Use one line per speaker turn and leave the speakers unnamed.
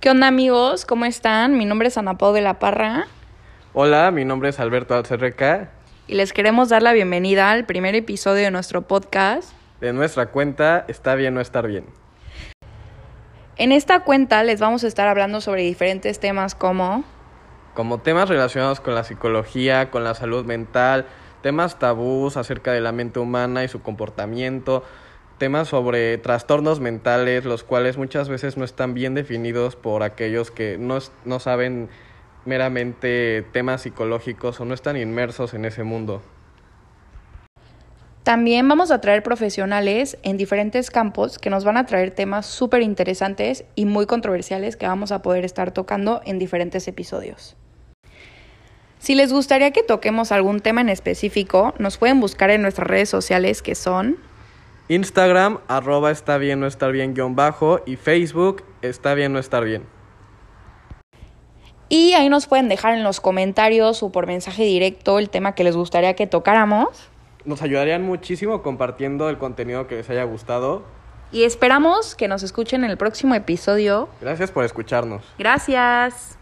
¿Qué onda amigos? ¿Cómo están? Mi nombre es Ana Pau de la Parra
Hola, mi nombre es Alberto Alcerreca,
y les queremos dar la bienvenida al primer episodio de nuestro podcast.
de nuestra cuenta Está bien no estar bien.
En esta cuenta les vamos a estar hablando sobre diferentes temas como
Como temas relacionados con la psicología, con la salud mental, temas tabús acerca de la mente humana y su comportamiento, temas sobre trastornos mentales, los cuales muchas veces no están bien definidos por aquellos que no, es- no saben meramente temas psicológicos o no están inmersos en ese mundo.
también vamos a traer profesionales en diferentes campos que nos van a traer temas súper interesantes y muy controversiales que vamos a poder estar tocando en diferentes episodios. Si les gustaría que toquemos algún tema en específico, nos pueden buscar en nuestras redes sociales que son
Instagram, arroba está bien no estar bien guión bajo y Facebook, está bien no estar bien.
Y ahí nos pueden dejar en los comentarios o por mensaje directo el tema que les gustaría que tocáramos.
Nos ayudarían muchísimo compartiendo el contenido que les haya gustado.
Y esperamos que nos escuchen en el próximo episodio.
Gracias por escucharnos.
Gracias.